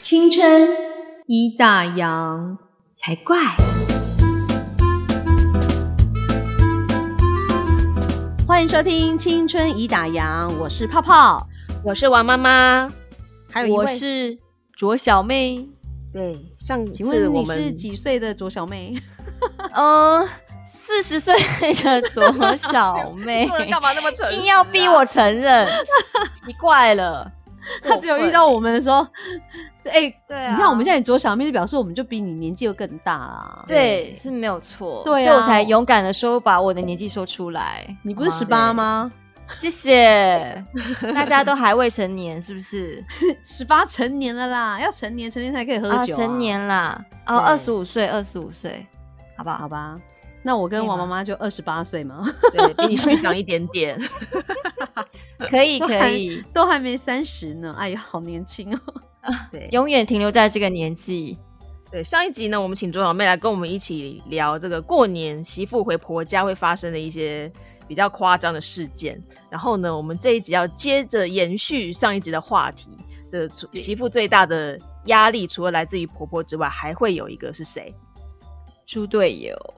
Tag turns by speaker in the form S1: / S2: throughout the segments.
S1: 青春
S2: 一大洋。
S1: 才怪。
S2: 欢迎收听《青春已打烊》，我是泡泡，
S3: 我是王妈妈，
S2: 还有一
S3: 我
S2: 位，
S3: 是卓 小妹。对，上
S2: 请
S3: 次
S2: 问
S3: 我
S2: 你
S3: 们
S2: 是几岁的左小妹？
S3: 嗯四十岁的卓 小妹，
S1: 嘛那么啊蠢
S3: 硬要逼
S2: 啊
S3: 我承认，奇怪 了。
S2: 她 只有遇到我们的 时候，哎、
S3: 对啊，
S2: 你看我们现在左小妹，就表示我们就比你年纪又更大啦。
S3: 对是没有错，
S2: 对啊
S3: 所以我才勇敢的说把我的年纪说出来。
S2: 你不是
S3: 好
S2: 十八吗？
S3: 谢谢，大家都还未成年，是不是？
S2: 十八成年了啦，要成年，成年才可以喝酒、啊
S3: 啊成，年啦，
S2: 对
S3: 哦，二十五岁，二十五岁，好不
S2: 好
S3: 好？
S2: 吧？那我
S3: 可
S2: 跟
S3: 以
S2: 王
S3: 吗
S2: 妈妈就二十八岁嘛，
S1: 对比你虚长一点 点。
S3: 可以，
S2: 都
S3: 可
S2: 还
S3: 以，
S2: 都还没三十呢。哎呀，好年轻哦！
S1: 对
S3: 永远停留在这个年纪。
S1: 对，上一集呢，我们请卓小妹来跟我们一起聊这个过年媳妇回婆家会发生的一些比较夸张的事件。然后呢，我们这一集要接着延续上一集的话题，这个除媳妇最大的压力，除了来自于婆婆之外，还会有一个是谁？
S3: 猪队友，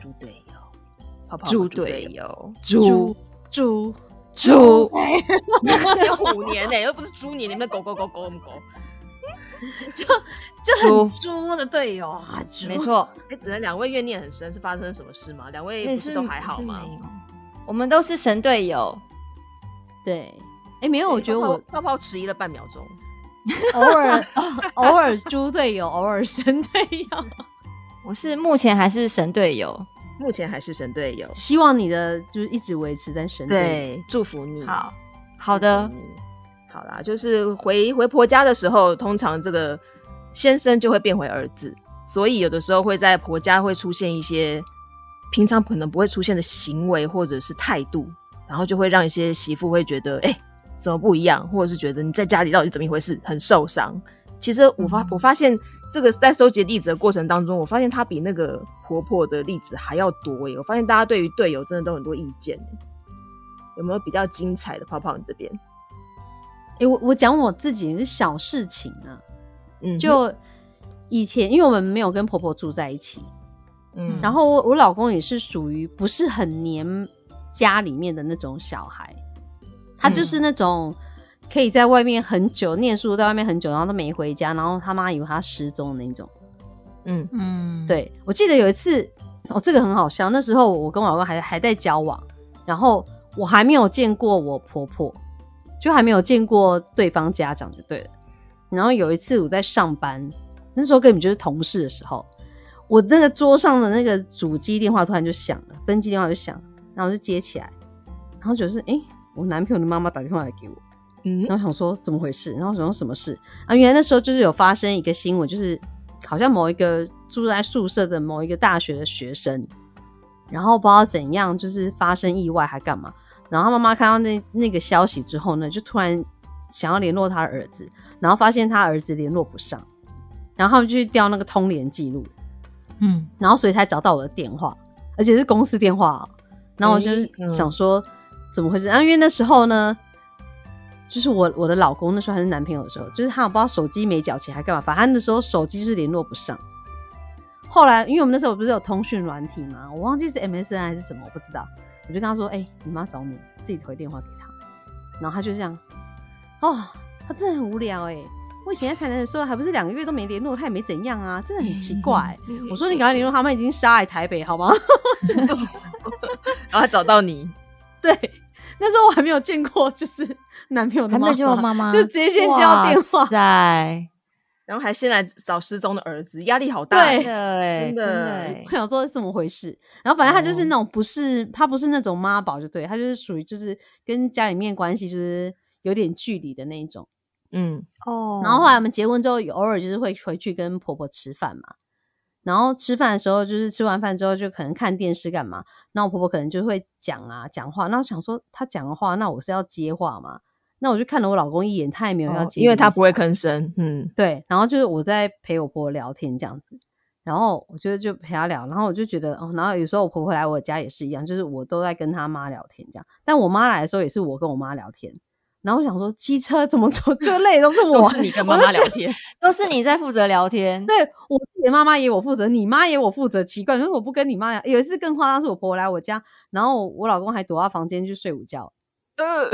S1: 猪队友，泡泡
S3: 猪
S1: 的
S3: 队
S1: 友，
S3: 猪
S2: 猪
S3: 猪，
S1: 有虎年呢、又不是猪年，你们狗狗狗狗狗。
S2: 就很猪的队友啊，猪
S3: 没错，
S1: 哎，只能两位怨念很深，是发生了什么事吗？两位
S3: 没
S1: 不
S3: 事
S1: 是都还好吗？？
S3: 是没有我们都是神队友，
S2: 对。哎、没有，
S1: 对
S2: 我觉得我
S1: 泡泡泡泡迟疑了半秒钟。
S2: 偶尔偶尔猪队友，偶尔神队友。
S3: 我是目前还是神队友。
S1: 目前还是神队友。
S2: 希望你的就是一直维持在神队友。
S1: 对，祝福你。，
S3: 好好的，。
S1: 嗯好啦，就是回回婆家的时候，通常这个先生就会变回儿子，所以有的时候会在婆家会出现一些平常可能不会出现的行为或者是态度，然后就会让一些媳妇会觉得，哎、怎么不一样，或者是觉得你在家里到底怎么一回事，很受伤。其实我
S3: 嗯
S1: 发我发现这个在收集例子的过程当中，我发现她比那个婆婆的例子还要多耶。我发现大家对于队友真的都很多意见耶，有没有比较精彩的泡泡你这边？
S2: 哎、我我讲我自己是小事情啊，
S1: 嗯哼，
S2: 就以前因为我们没有跟婆婆住在一起，
S1: 嗯
S2: 然后我我老公也是属于不是很黏家里面的那种小孩，他就是那种可以在外面很久念书，在外面很久，然后都没回家，然后他妈以为他失踪的那种。
S1: 嗯
S3: 嗯，
S2: 对我记得有一次，哦，这个很好笑，那时候我跟我老公还还在交往，然后我还没有见过我婆婆，就还没有见过对方家长就对了。然后有一次我在上班，那时候根本就是同事的时候，我那个桌上的那个主机电话突然就响了，分机电话就响了，然后我就接起来，然后就是诶，我男朋友的妈妈打电话来给我，
S1: 嗯
S2: 然后想说怎么回事，然后想说什么事啊？原来那时候就是有发生一个新闻，就是好像某一个住在宿舍的某一个大学的学生，然后不知道怎样就是发生意外还干嘛，然后他妈妈看到那那个消息之后呢，就突然想要联络他的儿子，然后发现他儿子联络不上，然后他们就去调那个通联记录，
S3: 嗯，
S2: 然后所以才找到我的电话，而且是公司电话、哦。然后我就是
S1: 诶嗯
S2: 想说，怎么回事？啊，因为那时候呢，就是我我的老公那时候还是男朋友的时候，就是他我不知道手机没缴钱还干嘛，反正他那时候手机是联络不上。后来因为我们那时候不是有通讯软体嘛，我忘记是 MSN 还是什么，我不知道。我就跟他说：“哎、你妈找你，自己回电话给他。”然后他就这样，哦，他真的很无聊哎、我以前在台南的时候，还不是两个月都没联络，他也没怎样啊，真的很奇怪、
S3: 嗯
S2: 我说你赶快联络他们，已经杀来台北好吗？ 嗯
S1: 然后他找到你，
S2: 对，那时候我还没有见过，就是 男朋友的
S3: 还
S2: 妈妈，
S3: 没有见过妈妈，
S2: 就直接先接到电话
S3: 哇塞，
S1: 然后还先来找失踪的儿子，压力好大。
S2: 对
S3: 真 的哎，
S1: 真
S3: 真
S1: 的欸
S3: 的哎
S2: 我，想说是怎么回事，然后反正他
S3: 哦
S2: 就是那种不是、他不是那种妈宝就对，他就是属于就是跟家里面关系就是有点距离的那一种。
S1: 嗯，
S3: 哦
S2: 然后后来我们结婚之后，有偶尔就是会回去跟婆婆吃饭嘛。然后吃饭的时候，就是吃完饭之后就可能看电视干嘛，那我婆婆可能就会讲啊讲话，那我想说她讲的话，那我是要接话嘛？那我就看了我老公一眼，他也没有要
S1: 哦
S2: 接、啊
S1: 因为他不会。吭声。嗯，
S2: 对，然后就是我在陪我婆婆聊天这样子，然后我觉得就陪她聊，然后我就觉得哦，然后有时候我婆婆来我家也是一样，就是我都在跟她妈聊天这样，但我妈来的时候也是我跟我妈聊天，然后我想说，机车怎么走 最累都是我
S1: 都，是你跟妈妈聊天，
S3: 都是你在负责聊天。
S2: 对我自己的妈妈也我负责，你妈也我负责，奇怪，为什么我不跟你妈聊？有一次更夸张，是我婆婆来我家，然后我老公还躲到房间去睡午觉，
S1: 呃，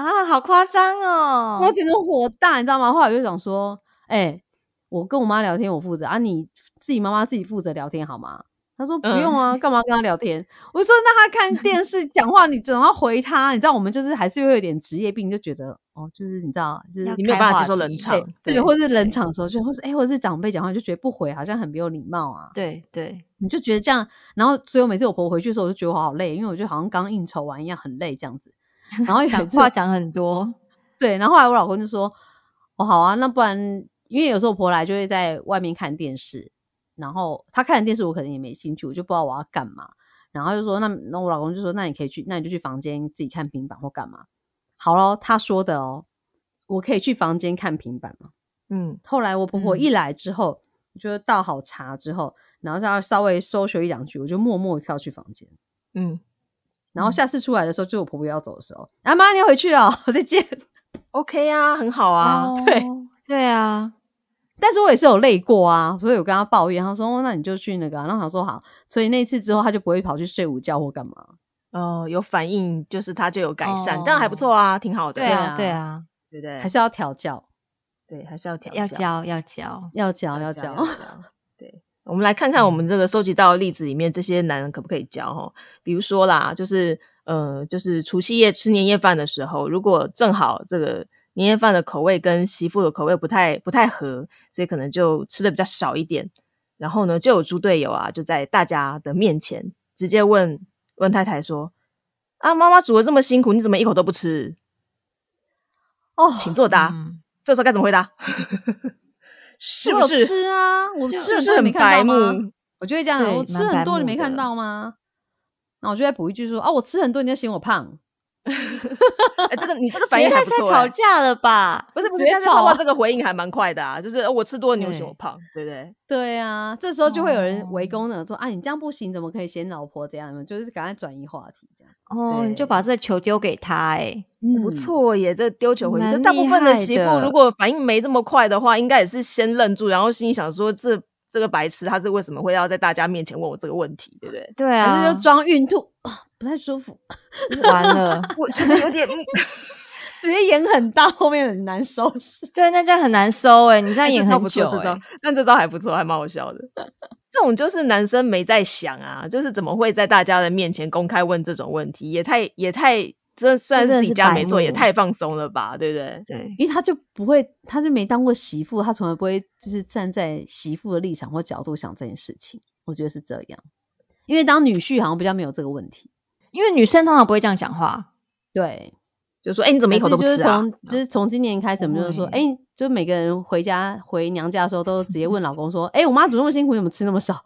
S3: 啊，好夸张哦！
S2: 我整个火大，你知道吗？后来我就想说，哎、我跟我妈聊天我负责啊，你自己妈妈自己负责聊天好吗？她说
S3: 嗯
S2: 不用啊，干嘛跟她聊天？我说那她看 电视讲话，你总要回她。你知道我们就是还是会有点职业病，就觉得哦，就是你知道，就是
S3: 要
S1: 你没有办法接受
S3: 开话
S1: 冷
S3: 题
S1: 场，
S2: 对，或是冷场的时候，就或是哎、或是长辈讲话就觉得不回，好像很没有礼貌啊。
S3: 对对，
S2: 你就觉得这样，然后所以我每次我婆婆回去的时候，我就觉得我好累，因为我就好像刚应酬完一样，很累这样子。然后有一
S3: 讲
S2: 次
S3: 话讲很多，
S2: 对，然后后来我老公就说：“哦，好啊，那不然，因为有时候我婆来就会在外面看电视，然后她看的电视我可能也没兴趣，我就不知道我要干嘛。”然后就说：“那那我老公就说，那你可以去，那你就去房间自己看平板或干嘛。”好咯，他说的哦，我可以去房间看平板吗？
S1: 嗯，
S2: 后来我婆婆
S3: 嗯
S2: 一来之后，我就倒好茶之后，然后再稍微搜寻一两句，我就默默地跳去房间。
S1: 嗯
S2: 然后下次出来的时候，就我婆婆要走的时候，啊妈，你要回去哦， 再见。
S1: ，OK 啊，很好啊，
S2: 对
S3: 哦对啊，
S2: 但是我也是有累过啊，所以我跟她抱怨，她说、哦那你就去那个、啊，然后她说好，所以那次之后，她就不会跑去睡午觉或干嘛。
S1: 哦，有反应就是他就有改善，
S3: 哦
S1: 这样还不错啊，挺好的，
S3: 对啊，
S2: 啊
S3: 对啊，
S1: 对不对？
S2: 还是要调教，
S1: 对，还是要调
S3: 要
S1: 教
S3: 教要教，
S2: 要教
S1: 要
S2: 要
S1: 教嗯
S2: 教。
S1: 要教。对，我们来看看我们这个收集到的例子里面，这些男人可不可以教哈？比如说啦，就是呃，就是除夕夜吃年夜饭的时候，如果正好这个年夜饭的口味跟媳妇的口味不太不太合，所以可能就吃的比较少一点。然后呢，就有猪队友啊，就在大家的面前直接问问太太说：“啊，妈妈煮的这么辛苦，你怎么一口都不吃？
S2: 哦，
S1: 请作答。
S3: 嗯
S1: 这时候该怎么 回答？是
S2: 我
S1: 不
S2: 有
S1: 是？
S2: 吃啊，我
S1: 就
S2: 吃
S1: 是不
S2: 很
S1: 是
S2: 多你没
S1: 很
S2: 看
S1: 白
S2: 到吗？
S1: 目？
S2: 我就会这样，
S3: 对
S2: 我吃
S3: 蛮白
S2: 很多你
S3: 目
S2: 没看
S3: 的
S2: 到吗？那我就再补一句说啊，我吃很多你就嫌我胖。
S1: 哎，这个你这个反应
S3: 别
S1: 还
S3: 太
S1: 不
S3: 太
S1: 错
S3: 吵
S1: 哎。
S3: 架了吧？
S1: 不是不是，
S3: 直接
S1: 但是
S3: 吵
S1: 泡泡
S3: 啊
S1: 这个回应还蛮快的啊，就是、呃我吃多了你又嫌
S3: 对
S1: 我胖，对不对？
S2: 对啊，这时候就会有人围
S3: 哦
S2: 攻了，说啊，你这样不行，怎么可以嫌老婆这样？就是赶快转移话题，这样、
S3: 哦，你就
S1: 对
S3: 把这球丢给他，哎，
S2: 嗯
S1: 不。错耶，这丢球回应。
S3: 蛮
S1: 这大部分的媳
S3: 厉害
S1: 妇
S3: 的？
S1: 如果反应没这么快的话，应该也是先愣住，然后心里想说这这个白痴他是为什么会要在大家面前问我这个问题，对 不对
S3: 对
S2: 还
S3: 啊
S2: 是就，装孕吐、啊，不太舒服，
S3: 完了，
S1: 我觉得有点，
S2: 直接演很大，后面很难收拾。
S3: 对，那这样很难收，哎，你这样
S1: 哎
S3: 演
S1: 这招
S3: 很
S1: 不错
S3: 久，
S1: 这招
S2: 欸
S3: 哎，
S1: 但这招还不错，还蛮好笑 的。这种就是男生没在想啊，就是怎么会在大家的面前公开问这种问题，也太也太，这虽然是
S3: 真的
S1: 自己
S3: 是
S1: 家
S3: 白
S1: 没错，也
S3: 目
S1: 太放松了吧，对不对？
S3: 对，
S2: 因为他就不会，他就没当过媳妇，他从来不会就是站在媳妇的立场或角度想这件事情。我觉得是这样，因为当女婿好像比较没有这个问题。
S3: 因为女生通常不会这样讲话，
S2: 对，
S1: 就说哎、你怎么一口都不
S2: 还是
S1: 吃啊？
S2: 就是从就是从今年开始，我们就是说，哎、
S3: 对
S2: 就每个人回家回娘家的时候，都直 接问老公说，哎、我妈煮那么辛苦，你怎么吃那么少？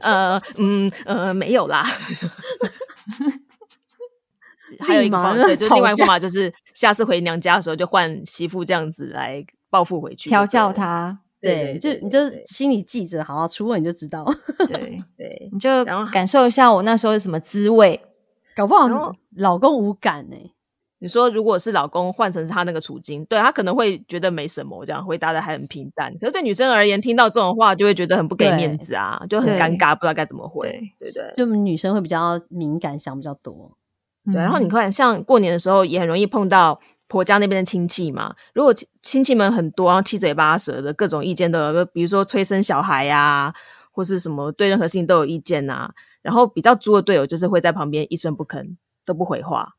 S1: 呃，嗯，呃，没有 啦。还有一
S2: 立
S1: 个
S2: 马
S1: 方
S2: 在
S1: 对，就是
S2: 吵
S1: 另外一个
S2: 架
S1: 方法就是下次回娘家的时候，就换媳妇这样子来报复回去，
S3: 调教。他，
S1: 对，
S2: 就
S1: 对
S2: 你就
S1: 对对
S2: 心里记着，好好出问你就知道，
S3: 对，
S1: 对，
S3: 你就
S1: 然后
S3: 感受一下我那时候是什么滋味，
S2: 搞不
S1: 然后
S2: 好老公无感呢、欸
S1: 你说如果是老公换成是他那个处境，对他可能会觉得没什么，这样回答的还很平淡。可是对女生而言，听到这种话就会觉得很不给面
S2: 对
S1: 子啊，就很
S3: 对
S1: 尴尬，不知道该怎么回，
S3: 对，
S1: 对不对？
S2: 就女生会比较敏感，想比较多。
S1: 对，然后你
S3: 嗯
S1: 看，像过年的时候也很容易碰到婆家那边的亲戚嘛。如果亲亲戚们很多，然后七嘴八舌的各种意见都有，比如说催生小孩呀、或是什么对任何事情都有意见呐、然后比较猪的队友就是会在旁边一声不吭，都不回话，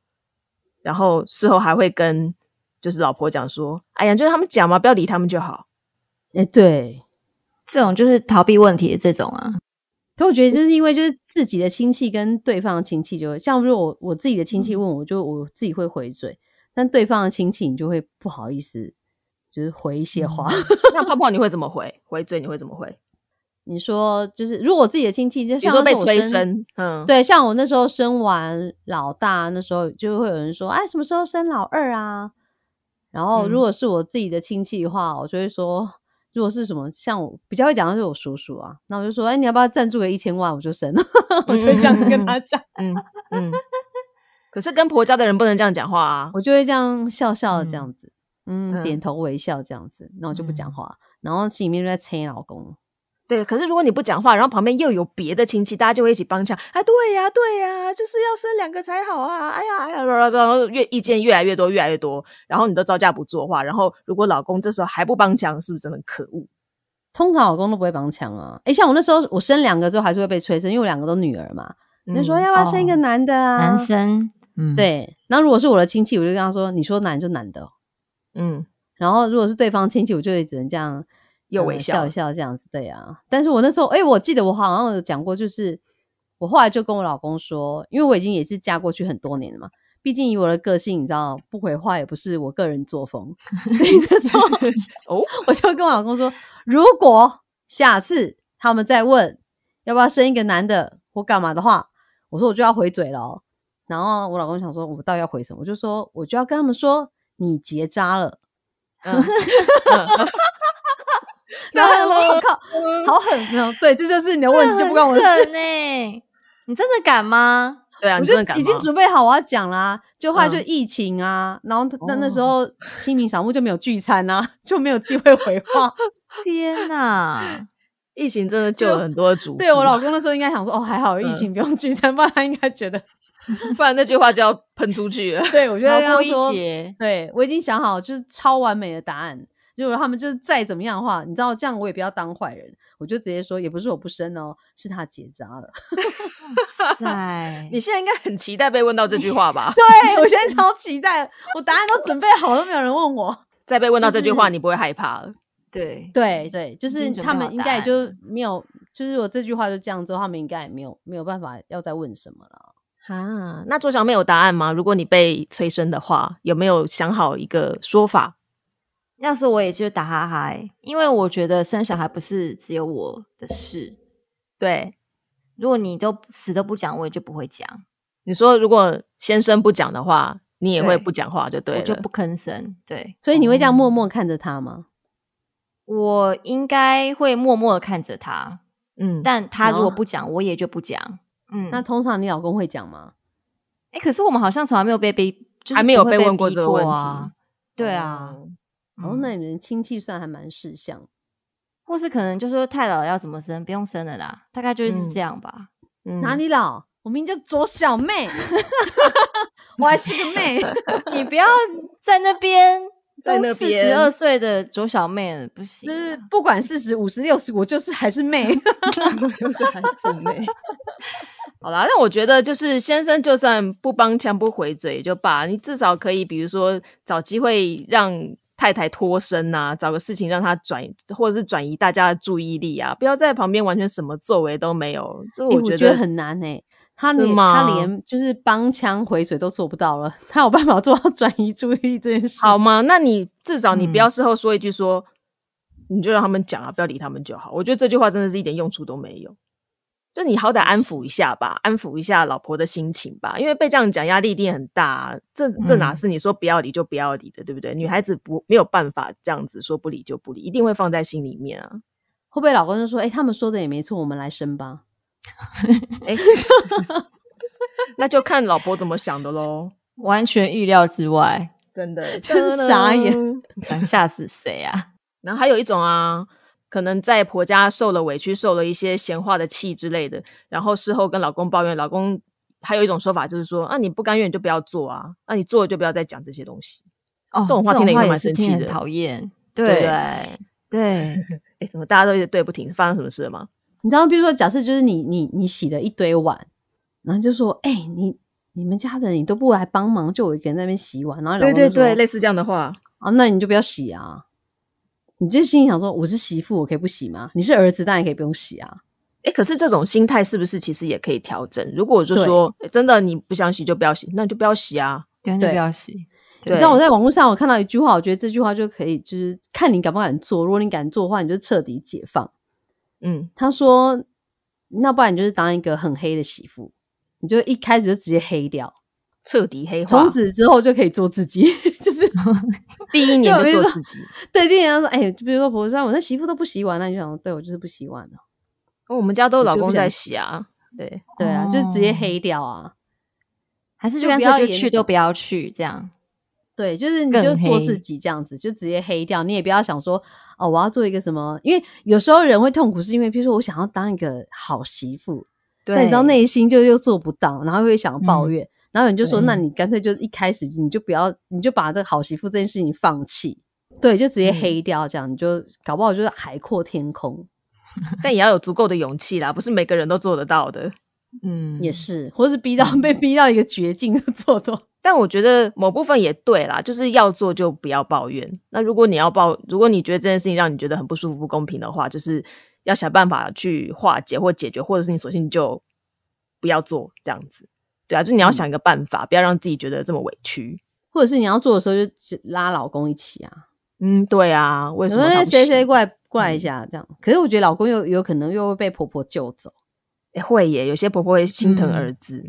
S1: 然后事后还会跟就是老婆讲说：“哎呀，就让他们讲嘛，不要理他们就好。
S2: 哎、对。
S3: 这种就是逃避问题的这种啊，
S2: 可我觉
S1: 嗯
S2: 得这是因为就是自己的亲戚跟对方的亲戚就会，像如果我我自己的亲
S1: 嗯
S2: 戚问我，就我自己会回嘴，但对方的亲戚你就会不好意思，就是回一些话。
S1: 那泡泡你会怎么回？回嘴你会怎么回？
S2: 你说就是，如果我自己的亲戚，就
S1: 比如
S2: 像
S1: 说被
S2: 那时候我
S1: 催生，嗯，
S2: 对，像我那时候生完老大，那时候就会有人说，哎，什么时候生老二啊？然后
S1: 嗯
S2: 如果是我自己的亲戚的话，我就会说，如果是什么像我比较会讲的就是我叔叔啊，那我就说，
S1: 嗯
S2: 哎，你要不要赞助个一千万，我就生了，我就会这样跟他讲。
S1: 嗯嗯， 可是跟婆家的人不能这样讲话啊。
S2: 我就会这样笑笑的这
S1: 嗯
S2: 样子，嗯，
S1: 嗯
S2: 点头微笑这样子，那我就不讲
S1: 嗯
S2: 话，然后心里面就在催老公，
S1: 对，可是如果你不讲话，然后旁边又有别的亲戚，大家就会一起帮腔啊，对呀、对呀、就是要生两个才好啊，哎呀，哎呀，然后越意见越来越多，越来越多，然后你都招架不住的话，然后如果老公这时候还不帮腔，是不是真的很可恶？
S2: 通常老公都不会帮腔啊。诶，像我那时候我生两个之后还是会被催生，因为我两个都女儿嘛，你就说
S1: 嗯
S2: 要不要生一个
S3: 哦
S2: 男的啊？
S3: 男生，嗯，，
S2: 对，那如果是我的亲戚，我就跟他说，你说男就男的哦、
S1: 嗯，
S2: 然后如果是对方亲戚，我就会只能这样
S1: 又
S2: 呃
S1: 微
S2: 笑
S1: 笑
S2: 一笑这样子，对啊。但是我那时候，哎、我记得我好像有讲过，就是我后来就跟我老公说，因为我已经也是嫁过去很多年了嘛，毕竟以我的个性，你知道不回话也不是我个人作风，所以那 时候
S1: 哦，
S2: 我就跟我老公说，如果下次他们再问要不要生一个男的或干嘛的话，我说我就要回嘴了哦。然后我老公想说，我到底要回什么？我就说我就要跟他们说你结扎了。
S1: 嗯，嗯
S2: 然后他就说我靠，好狠哦！对，这就是你的问题，就不关我的事。
S3: 呢。你真的敢吗？
S1: 对啊，
S2: 我
S1: 你
S2: 就
S1: 真的敢
S2: 已经
S1: 吗
S2: 准备好我要讲啦，就后来就
S1: 嗯
S2: 疫情啊，然后他那那时候清明扫墓就没有聚餐啊， 就没有机会回 话。
S3: 天哪！
S1: 疫情真的救了很多主妇，
S2: 对 我老公那时候应该想说，哦，还好有疫
S1: 嗯
S2: 情不用聚餐，不然他应该觉得，
S1: 不然那句话就要喷出去了。啊
S2: 对我觉得跟
S3: 逃过
S2: 他
S3: 一
S2: 说，
S3: 劫，
S2: 对我已经想好就是超完美的答案。如果他们就是再怎么样的话，你知道这样我也不要当坏人，我就直接说，也不是我不生哦，是他结扎了。
S3: 在
S1: 你现在应该很期待被问到这句话吧？
S2: 对我现在超期待 的，我答案都准备好了，都没有人问我。
S1: 再被问到这句
S2: 就
S1: 话，
S2: 是
S1: 你不会害怕了。
S3: 对
S2: 对对，就
S3: 嗯已
S2: 是
S3: 经准
S2: 他
S3: 备
S2: 们
S3: 好
S2: 应
S3: 答
S2: 该也
S3: 案
S2: 就
S3: 了
S2: 没有，就是我这句话就这样之后，他们应该也没有没有办法要再问什么了。
S1: 啊，那桌小妹有答案吗？如果你被催生的话，有没有想好一个说法？
S3: 要是我也就打哈哈、欸，因为我觉得生小孩不是只有我的事。
S1: 对，
S3: 如果你都死都不讲，我也就不会讲，
S1: 你说如果先生不讲的话，你也会
S3: 对
S1: 不讲话，就对了。
S3: 我就不吭声。对
S2: 所以你会这样
S3: 哦
S2: 默默看着他吗？
S3: 我应该会默默的看着他，
S1: 嗯，
S3: 但他如
S2: 哦
S3: 果不讲，我也就不讲。嗯，
S2: 那通常你老公会讲吗？
S3: 哎、可是我们好像从来没有被逼，就是
S1: 还没有
S3: 不
S1: 被
S3: 会被
S1: 问过
S3: 逼
S1: 这个问
S3: 啊
S1: 题。
S3: 对啊，
S2: 哦，
S3: 嗯
S2: 那你们亲戚算还蛮识相。
S3: 或是可能就说太老了要怎么生，不用生了啦，大概就是
S1: 嗯
S3: 这样吧。
S1: 嗯
S2: 哪里老？我明明就左小妹，我还是个 妹。
S3: 你不要在那边
S1: 在那边
S3: 四十二岁的左小妹了，不行
S2: 就
S3: 啊，
S2: 是不管四十五十六十，我就是还是 妹。
S1: 就是 还是妹。好啦，那我觉得就是先生就算不帮腔不回嘴也就罢，你至少可以比如说找机会让太太脱身啊，找个事情让她转，或者是转移大家的注意力啊，不要在旁边完全什么作为都没有。就
S2: 欸
S1: 我
S2: 我
S1: 觉
S2: 觉
S1: 得
S2: 得很难哎、他
S1: 是
S2: 连他
S1: 吗
S2: 连就是帮腔回嘴都做不到了，他有办法做到转移注意力这件事？
S1: 好吗？那你至少你不
S3: 嗯
S1: 要事后说一句说，你就让他们讲啊，不要理他们就好。我觉得这句话真的是一点用处都没有。就你好歹安抚一下吧，安抚一下老婆的心情吧，因为被这样讲压力一定很大、啊。这这哪
S3: 嗯
S1: 是你说不要理就不要理的，对不对？女孩子不没有办法这样子说不理就不理，一定会放在心里面啊。
S2: 会不会老公就说：“哎、他们说的也没错，我们来生吧。
S1: 哎、 那就看老婆怎么想的喽。
S3: 完全预料之外，
S1: 真 的，
S2: 真傻眼
S1: 噔噔。
S3: 想吓死谁啊？
S1: 然后还有一种啊，可能在婆家受了委屈，受了一些闲话的气之类的，然后事后跟老公抱怨，老公还有一种说法就是说，啊你不甘愿你就不要做啊，那、你做了就不要再讲这些东西，
S3: 哦，
S1: 这种话听了也会蛮生气
S3: 也是
S1: 的
S3: 很讨厌。
S1: 对不对？
S3: 对
S1: 哎，
S3: 对，
S1: 怎么大家都一直对不停，发生什么事了吗？
S2: 你知道，比如说，假设就是你你你洗了一堆碗，然后就说：“哎、你你们家的你都不来帮忙，就我一个人在那边洗碗。”然后你老
S1: 对
S2: 公
S1: 对
S2: 就说
S1: 对，类似这样的话，
S2: 啊，那你就不要洗啊。你就心里想说：“我是媳妇，我可以不洗吗？你是儿子，当然可以不用洗啊。
S1: 哎，可是这种心态是不是其实也可以调整？如果我就
S2: 对
S1: 说诶真的你不想洗就不要洗，那你就不要洗啊。
S3: 对，就不要洗。
S1: 对
S2: 你知道我在网络上我看到一句话，我觉得这句话就可以，就是看你敢不敢做。如果你敢做的话，你就彻底解放。
S1: 嗯，
S2: 他说：“那不然你就是当一个很黑的媳妇，你就一开始就直接黑掉。”
S1: 彻底黑化，
S2: 从此之后就可以做自己， 就是
S1: 第一年
S2: 就有
S1: 就
S2: 一
S1: 做
S2: 种
S1: 自己。
S2: 对，就人家说，哎、就比如说婆婆说，我那媳妇都不洗碗，那你就想，对我就是不洗碗啊的，
S1: 我们家都
S2: 我
S1: 老
S2: 就不
S1: 公
S2: 想
S1: 在
S2: 洗
S1: 洗啊，对。
S2: 对啊，就是直接
S3: 哦
S2: 黑掉啊。
S3: 还是
S2: 就
S3: 就干
S2: 不
S3: 脆
S2: 要
S3: 就
S2: 演
S3: 去都不要去这样。
S2: 对，就是你
S3: 更
S2: 就做
S3: 黑
S2: 自己这样子，就直接黑掉。你也不要想说哦，我要做一个什么，因为有时候人会痛苦，是因为比如说我想要当一个好媳妇，
S1: 对，
S2: 但你知道内心就又做不到，然后会想要抱
S3: 嗯
S2: 怨，然后你就说，
S3: 对
S2: 那你干脆就一开始你就不要，你就把这个好媳妇这件事情放弃，对，就直接
S3: 嗯
S2: 黑掉，这样、你就搞不好就是海阔天空，
S1: 但也要有足够的勇气啦，不是每个人都做得到的。
S3: 嗯，
S2: 也是，或是逼到被逼到一个绝境就做到。
S1: 但我觉得某部分也对啦，就是要做就不要抱怨。那如果你要抱，如果你觉得这件事情让你觉得很不舒服、不公平的话，就是要想办法去化解或解决，或者是你索性就不要做这样子。对啊，就是
S2: 嗯
S1: 你要想一个办法，不要让自己觉得这么委屈。
S2: 或者是你要做的时候，就拉老公一起啊，
S1: 嗯，对啊，为
S2: 可
S1: 什么他
S2: 能
S1: 不行？嗯
S2: 谁谁过来过来一下这样。可是我觉得老公又有可能又会被婆婆救走，
S1: 诶会耶，有些婆婆会心疼
S3: 嗯
S1: 儿子，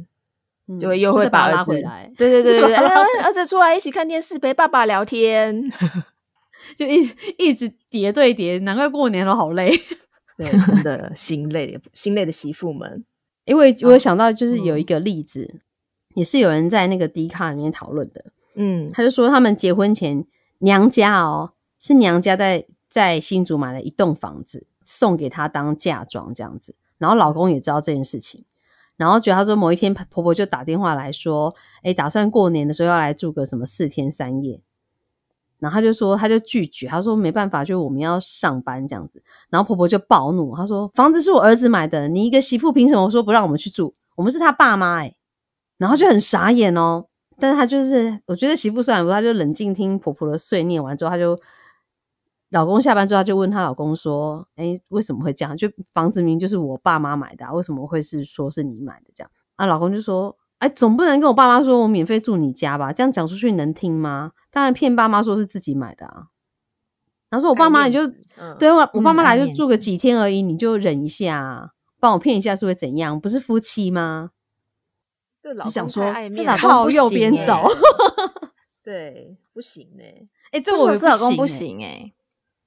S2: 嗯
S1: 就会又
S2: 就
S1: 会
S2: 再把他
S1: 把儿
S2: 拉回
S1: 子
S2: 来，
S1: 对对 对对对，哎儿子出来一起看电视，陪爸爸聊天。
S2: 就一一直叠对叠，难怪过年都好累。
S1: 对，真的心累的心累的媳妇们。
S2: 因为我有想到就是有一
S3: 嗯
S2: 个例子，也是有人在那个迪卡里面讨论的，
S1: 嗯，
S2: 他就说他们结婚前娘家哦是娘家在在新竹买了一栋房子送给她当嫁妆这样子，然后老公也知道这件事情，然后觉得他说某一天婆婆就打电话来说，哎，打算过年的时候要来住个什么四天三夜。然后他就说，他就拒绝，他说没办法，就我们要上班这样子。然后婆婆就暴怒，她说：“房子是我儿子买的，你一个媳妇凭什么说不让我们去住？我们是他爸妈哎、然后就很傻眼哦。但是她就是，我觉得媳妇虽然不，她就冷静听婆婆的碎念完之后，她就老公下班之后，她就问她老公说：“哎，为什么会这样？就房子明明就是我爸妈买的、啊，为什么会是说是你买的这样？”啊，老公就说：“哎，总不能跟我爸妈说我免费住你家吧？这样讲出去能听吗？当然骗爸妈说是自己买的啊。”然后说我爸妈也就
S1: 嗯
S2: 对啊我，我爸
S3: 嗯
S2: 妈来
S3: 爱
S2: 就
S3: 面
S2: 住个几天而已，你就忍一下啊，帮我骗一下是会怎样？不是夫妻吗？
S1: 这老
S2: 只想
S1: 公太
S2: 说
S1: 爱
S3: 这
S1: 面
S3: 老
S1: 子
S3: 公
S2: 靠
S3: 不
S2: 右
S3: 行
S2: 边
S3: 欸
S2: 走。
S1: 对，不行哎、
S2: 哎、
S3: 这
S2: 这我也
S3: 老公
S2: 不欸，
S3: 不行哎，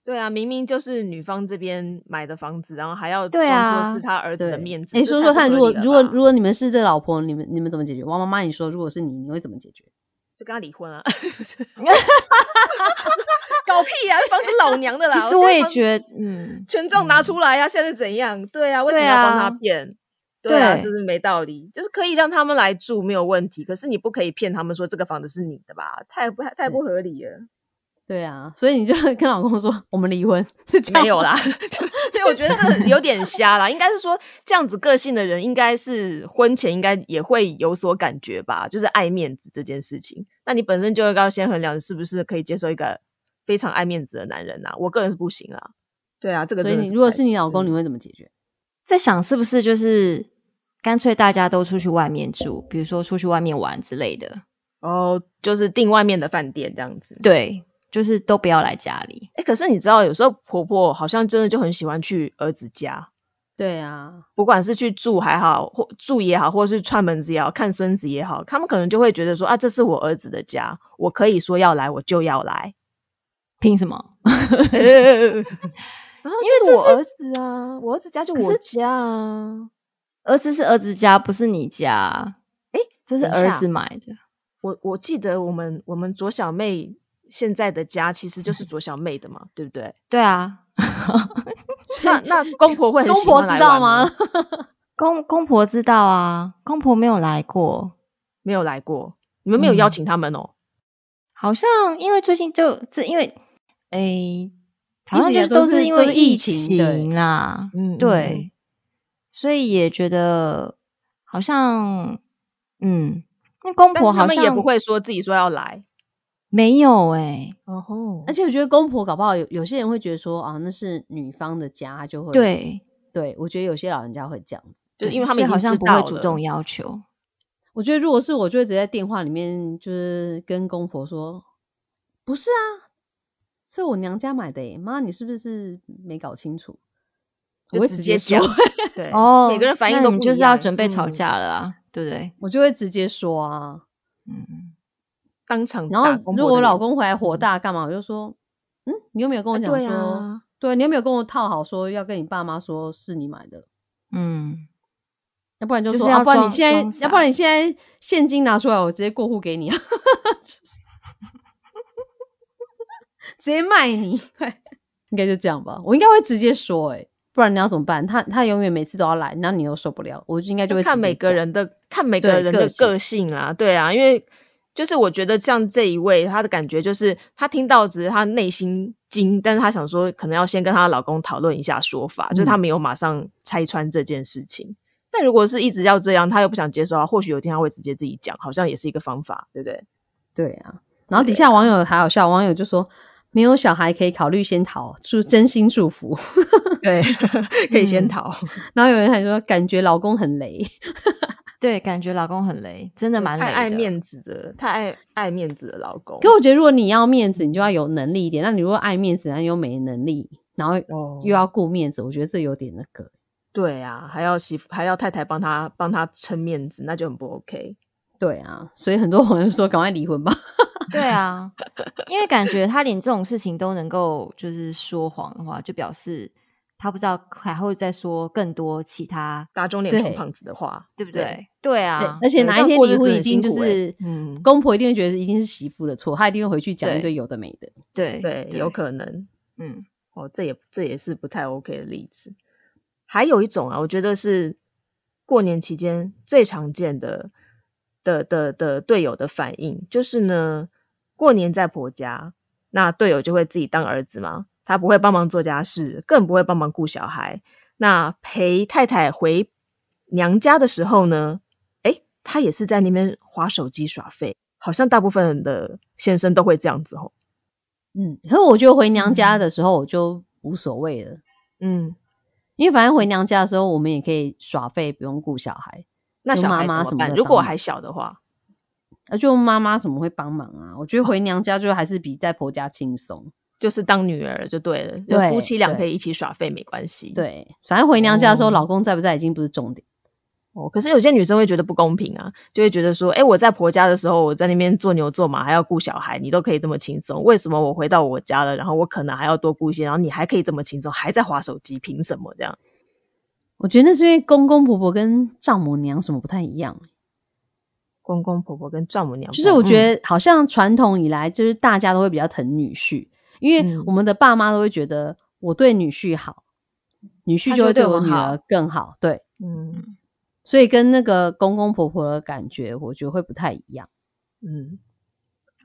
S1: 对啊，明明就是女方这边买的房子，然后还要
S3: 对
S1: 装作
S3: 啊
S1: 是他儿子
S2: 对
S1: 的，面子。
S2: 哎、
S1: 这
S2: 说
S1: 太
S2: 说看，如果
S1: 不合理了
S2: 如果
S1: 吧
S2: 如果你们是这老婆，你们你们怎么解决？王妈妈，你说如果是你，你会怎么解决？
S1: 就跟他离婚啊， 搞屁呀、房子老娘的啦！
S3: 其实我
S1: 啊现在
S3: 也
S1: 房
S3: 觉得，嗯，
S1: 权重拿出来呀、啊现在怎样？对啊，为什么
S3: 对
S1: 要帮他
S3: 啊
S1: 骗？对啊，
S3: 对
S1: 就是没道理，就是可以让他们来住没有问题，可是你不可以骗他们说这个房子是你的吧？太不太不合理了。
S2: 对啊，所以你就跟老公说我们离婚是这样
S1: 没有
S2: 吗
S1: 啦，所以我觉得这有点瞎啦。应该是说，这样子个性的人，应该是婚前应该也会有所感觉吧，就是爱面子这件事情。那你本身就应该先衡量是不是可以接受一个非常爱面子的男人呐、我个人是不行啦。对 啊，这个
S2: 所以
S1: 真的
S2: 你如果
S1: 太
S2: 是你老公，
S1: 嗯
S2: 你会怎么解决？
S3: 在想是不是就是干脆大家都出去外面住，比如说出去外面玩之类的。
S1: 哦，就是订外面的饭店这样子。
S3: 对，就是都不要来家里。
S1: 哎、可是你知道，有时候婆婆好像真的就很喜欢去儿子家，
S2: 对啊，
S1: 不管是去住还好，或住也好，或是串门子也好，看孙子也好，他们可能就会觉得说啊，这是我儿子的家，我可以说要来我就要 来，
S3: 凭什么？
S1: 然后因为
S3: 这
S1: 我
S3: 是
S1: 儿子啊，我儿子家就
S3: 可是
S1: 我家啊，
S3: 儿子是儿子家，不是你家。
S1: 诶
S3: 这是
S1: 等一下
S3: 儿子买的。
S1: 我我记得我们我们左小妹现在的家其实就是左小妹的嘛，对不 对？
S3: 对啊，
S1: 那那公婆会很
S2: 公
S1: 喜
S2: 婆
S1: 欢
S2: 知
S1: 来
S2: 道
S1: 玩
S2: 吗？？
S3: 公公婆知道啊，公婆没有来过。
S1: 没有来过，你们没有邀
S3: 嗯
S1: 请他们哦。
S3: 好像因为最近就这，因为诶，好像
S2: 一直以来
S3: 就是
S2: 都
S3: 都
S2: 是
S3: 因
S2: 都
S3: 为
S2: 是疫情对
S3: 情啦。
S1: 嗯，嗯
S3: 对，所以也觉得好像，嗯，那公
S1: 但是
S3: 婆
S1: 他
S3: 好
S1: 们
S3: 像
S1: 也不会说自己说要来。
S3: 没有哎、
S1: 哦吼
S2: 而且我觉得公婆搞不好有有些人会觉得说啊，那是女方的家，她就会
S3: 对，
S2: 对，我觉得有些老人家会这样子。
S1: 就
S3: 对
S1: 因为他们
S3: 所以
S1: 已
S3: 好
S1: 经
S3: 像
S1: 知
S3: 不会
S1: 道
S3: 主
S1: 了
S3: 动要求，
S2: 我觉得如果是我，就会直接在电话里面就是跟公婆说，不是啊，是我娘家买的耶，妈，你是不是没搞清楚？我
S1: 就
S2: 会
S1: 直
S2: 直
S1: 接
S2: 说，
S1: 讲对
S3: 哦，
S1: 每个人反
S3: 那
S1: 应都
S3: 你
S1: 不
S3: 们就
S1: 一
S3: 是要
S1: 样
S3: 准备吵
S2: 嗯
S3: 架了啊，对不对？
S2: 我就会直接说 啊。
S3: 嗯，
S1: 当场
S2: 然
S1: 打
S2: 后
S1: 公
S2: 如果
S1: 婆
S2: 我
S1: 的
S2: 老
S1: 脸嗯
S2: 公回来火大干嘛，我就说，嗯，你有没有跟我
S1: 啊
S2: 讲
S1: 对
S2: 说，
S1: 啊
S2: 对你有没有跟我套好说要跟你爸妈说是你买的？
S3: 嗯，
S2: 要不然就
S3: 就
S2: 说，
S3: 是
S2: 要
S3: 要
S2: 不然你
S3: 装
S2: 现
S3: 装
S2: 在，
S3: 傻
S2: 要不然你现在现金拿出来，我直接过户给你啊， 直接卖你，应该就这样吧。我应该会直接说、欸，不然你要怎么办？他他永远每次都要来，然后你又受不了，我就应该就会
S1: 看
S2: 直接
S1: 每个
S2: 讲
S1: 人的看每个
S2: 对
S1: 人
S2: 个
S1: 的
S2: 性
S1: 个性啦，对啊，因为就是我觉得像这一位，她的感觉就是她听到只是她内心惊，但是她想说可能要先跟她老公讨论一下说法，就是她
S2: 嗯
S1: 没有马上拆穿这件事情。但如果是一直要这样，她又不想接受啊，或许有一天她会直接自己讲，好像也是一个方法，对不对？
S2: 对啊，然后底下网友还好笑，网友就说没有小孩可以考虑先逃，祝真心祝福。
S1: 对，可以先
S3: 嗯
S1: 逃。
S2: 然后有人还说感觉老公很雷，
S3: 对，感觉老公很雷，真 的蛮雷
S1: 太
S3: 的。
S1: 爱面子的，太爱爱面子的老公。
S2: 可我觉得如果你要面子，你就要有能力一点。那你如果爱面子，那又没能力，然后
S1: 哦
S2: 又要顾面子，我觉得这有点那个。
S1: 对啊，还要媳妇，还要太太帮他帮他撑面子，那就很不 OK。
S2: 对啊，所以很多网友说赶快离婚吧。
S3: 对啊，因为感觉他连这种事情都能够就是说谎的话，就表示他不知道还会再说更多其他，
S1: 打肿脸充
S2: 对
S1: 胖子的话，
S3: 对不
S1: 对
S3: 对？对
S2: 对
S3: 啊，
S2: 而且
S1: 对
S2: 哪
S1: 这
S2: 一
S1: 样
S2: 天
S1: 过
S2: 离
S1: 日子
S2: 婚
S1: 很
S2: 一定
S1: 辛
S2: 就
S1: 苦欸
S2: 是，
S1: 嗯
S2: 公婆一定会觉得一定是媳妇的错，她一定会回去讲一
S3: 对
S2: 堆有的没的。
S3: 对
S1: 对，有可能
S3: 嗯，
S1: 哦，这也这也是不太 OK 的例子。还有一种啊，我觉得是过年期间最常见的的的的队友的反应，就是呢，过年在婆家，那队友就会自己当儿子嘛，他不会帮忙做家事，更不会帮忙顾小孩。那陪太太回娘家的时候呢，诶，他也是在那边划手机耍废，好像大部分人的先生都会这样子吼。
S2: 嗯，可是我觉得回娘家的时候我就无所谓了。
S1: 嗯，
S2: 因为反正回娘家的时候，我们也可以耍废，不用顾小孩，
S1: 那
S2: 有
S1: 小
S2: 妈
S1: 孩
S2: 妈
S1: 怎
S2: 什
S1: 么
S2: 么
S1: 办？
S2: 的
S1: 如
S2: 帮
S1: 果
S2: 忙
S1: 还小的话，
S2: 啊，就妈妈什么会帮忙啊？我觉
S1: 哦
S2: 得回娘家就还是比在婆家轻松。
S1: 就是当女儿就对了，就
S2: 对
S1: 夫妻俩可
S2: 对
S1: 以一起耍废没关系。
S2: 对，反正回娘家的时候，
S1: 哦
S2: 老公在不在已经不是重点。
S1: 哦，可是有些女生会觉得不公平啊，就会觉得说，哎、我在婆家的时候，我在那边做牛做马，还要顾小孩，你都可以这么轻松，为什么我回到我家了，然后我可能还要多顾一些，然后你还可以这么轻松，还在划手机，凭什么这样？
S2: 我觉得那是因为公公婆婆跟丈母娘什么不太一样，
S1: 公公婆婆跟丈母娘不一
S2: 就
S1: 样，
S2: 是我觉
S1: 嗯
S2: 得好像传统以来，就是大家都会比较疼女婿，因为
S1: 嗯
S2: 我们的爸妈都会觉得我对女婿好，女
S3: 他
S2: 婿
S3: 就
S2: 就会
S3: 会对
S2: 对我
S3: 我
S2: 女
S3: 好
S2: 儿更好。对，
S1: 嗯
S2: 所以跟那个公公婆婆的感觉，我觉得会不太一样。
S1: 嗯，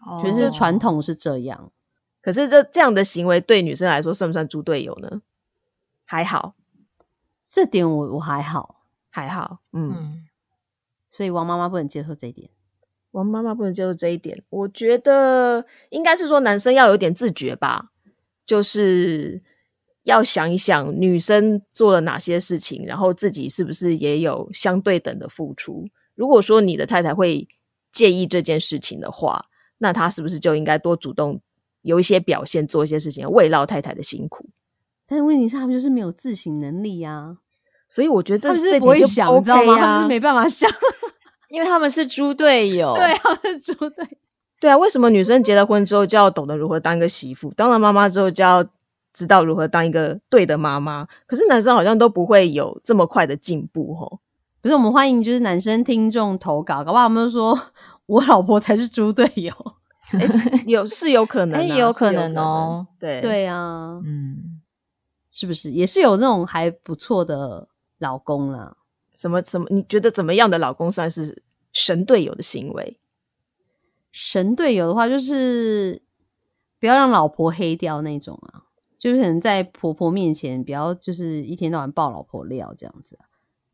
S3: 哦
S2: 觉得是传统是这样，
S1: 可是这这样的行为对女生来说算不算猪队友呢？还好，
S2: 这点我我还好，
S1: 还好，嗯
S3: 嗯，
S2: 所以王妈妈不能接受这一点。
S1: 王妈妈不能接受这一点，我觉得应该是说男生要有点自觉吧，就是要想一想女生做了哪些事情，然后自己是不是也有相对等的付出。如果说你的太太会介意这件事情的话，那她是不是就应该多主动有一些表现，做一些事情，慰劳太太的辛苦？
S2: 但是问题是，他们就是没有自省能力呀、
S1: 所以我觉得
S2: 他
S1: 这
S2: 们就是
S1: 这
S2: 不会
S1: 点就
S2: 想，
S1: OK
S2: 你知道吗？
S1: 啊
S2: 他们就是没办法想，
S3: 因为他们是猪队友，
S2: 对，他们是猪队友。
S1: 对啊，为什么女生结了婚之后就要懂得如何当一个媳妇，当了妈妈之后就要知道如何当一个对的妈妈？可是男生好像都不会有这么快的进步哦。
S2: 不是，我们欢迎就是男生听众投稿，搞不好他们就说 我老婆才是猪队友。
S1: 诶是有是有可能、啊，
S3: 诶
S1: 是
S3: 有
S1: 有
S3: 可
S1: 可
S3: 能哦
S1: 对，
S2: 对啊，
S3: 嗯，
S2: 是不是也是有那种还不错的老公啦？
S1: 什么什么？你觉得怎么样的老公算是神队友的行为？
S2: 神队友的话，就是不要让老婆黑掉那种啊，就是可能在婆婆面前不要就是一天到晚爆老婆料这样子啊、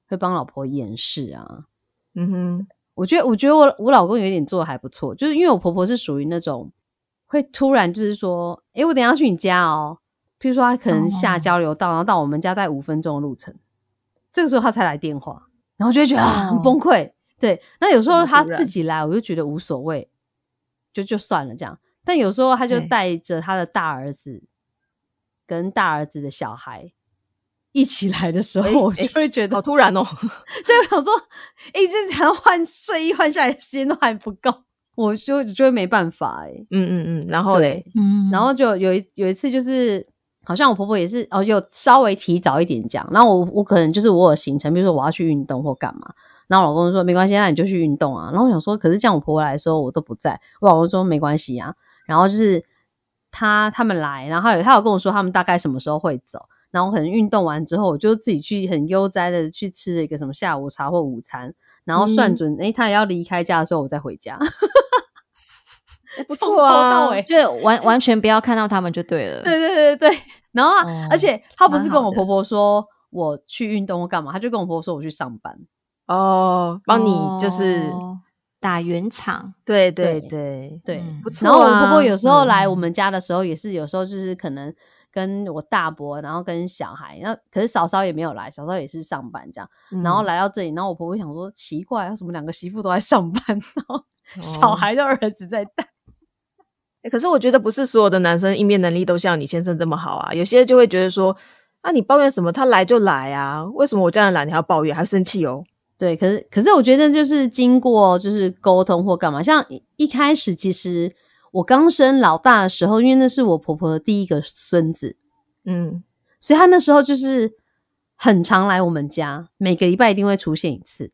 S2: 会帮老婆掩饰啊。
S1: 嗯哼，
S2: 我觉得，我觉得我我老公有一点做的还不错，就是因为我婆婆是属于那种会突然就是说，诶、我等一下要去你家哦，譬如说她可能下
S3: 哦
S2: 交流道，然后到我们家大概五分钟的路程，这个时候她才来电话，然后就会觉得、啊很
S3: 哦
S2: 崩溃。对，那有时候
S1: 这么
S2: 她
S1: 突
S2: 自
S1: 然
S2: 己来，我就觉得无所谓，就就算了这样。但有时候她就
S3: 对
S2: 带着她的大儿子跟大儿子的小孩一起来的时候，
S1: 诶
S2: 我
S1: 诶
S2: 就会觉得
S1: 好突然哦。
S2: 对，我想说，哎、这才换睡衣换下来的时间都还不够，我就就会没办法哎、
S1: 嗯嗯嗯，然后嘞，
S3: 嗯
S2: 然后就有一有一次就是好像我婆婆也是哦，有稍微提早一点讲。然后我我可能就是我有行程，比如说我要去运动或干嘛。然后我老公就说没关系，那你就去运动啊。然后我想说，可是这样我婆婆来的时候我都不在，我老公说没关系啊。然后就是他他们来，然后他有他有跟我说他们大概什么时候会走。然后我可能运动完之后，我就自己去很悠哉的去吃了一个什么下午茶或午餐，然后
S1: 嗯
S2: 算准诶、他也要离开家的时候我再回家。
S1: 不
S2: 从
S1: 错
S2: 头
S1: 啊
S2: 到尾欸
S3: 就完完全不要看到他们就对了。
S2: 对对对对， 然后、啊
S3: 哦
S2: 而且她不是跟
S3: 蛮好
S2: 我
S3: 的
S2: 婆婆说我去运动或干嘛，她就跟我婆婆说我去上班。
S1: 哦，帮你就是、
S3: 哦打圆场，
S1: 对
S2: 对
S1: 对对，
S2: 对，
S3: 嗯
S1: 不错
S2: 然后我婆婆
S1: 啊
S2: 有时候来
S1: 嗯
S2: 我们家的时候，也是有时候就是可能跟我大伯，然后跟小孩，然后可是嫂嫂也没有来，嫂嫂也是上班这样。然后
S1: 嗯
S2: 来到这里，然后我婆婆想说奇怪，为什么两个媳妇都在上班，然后小
S1: 哦
S2: 孩的儿子在带？
S1: 欸可是我觉得不是所有的男生应变能力都像你先生这么好啊，有些就会觉得说，啊你抱怨什么，他来就来啊，为什么我叫人来你还要抱怨，还生气哦？
S2: 对，可是可是我觉得就是经过就是沟通或干嘛，像一一开始其实我刚生老大的时候，因为那是我婆婆的第一个孙子，
S1: 嗯，
S2: 所以她那时候就是很常来我们家，每个礼拜一定会出现一次。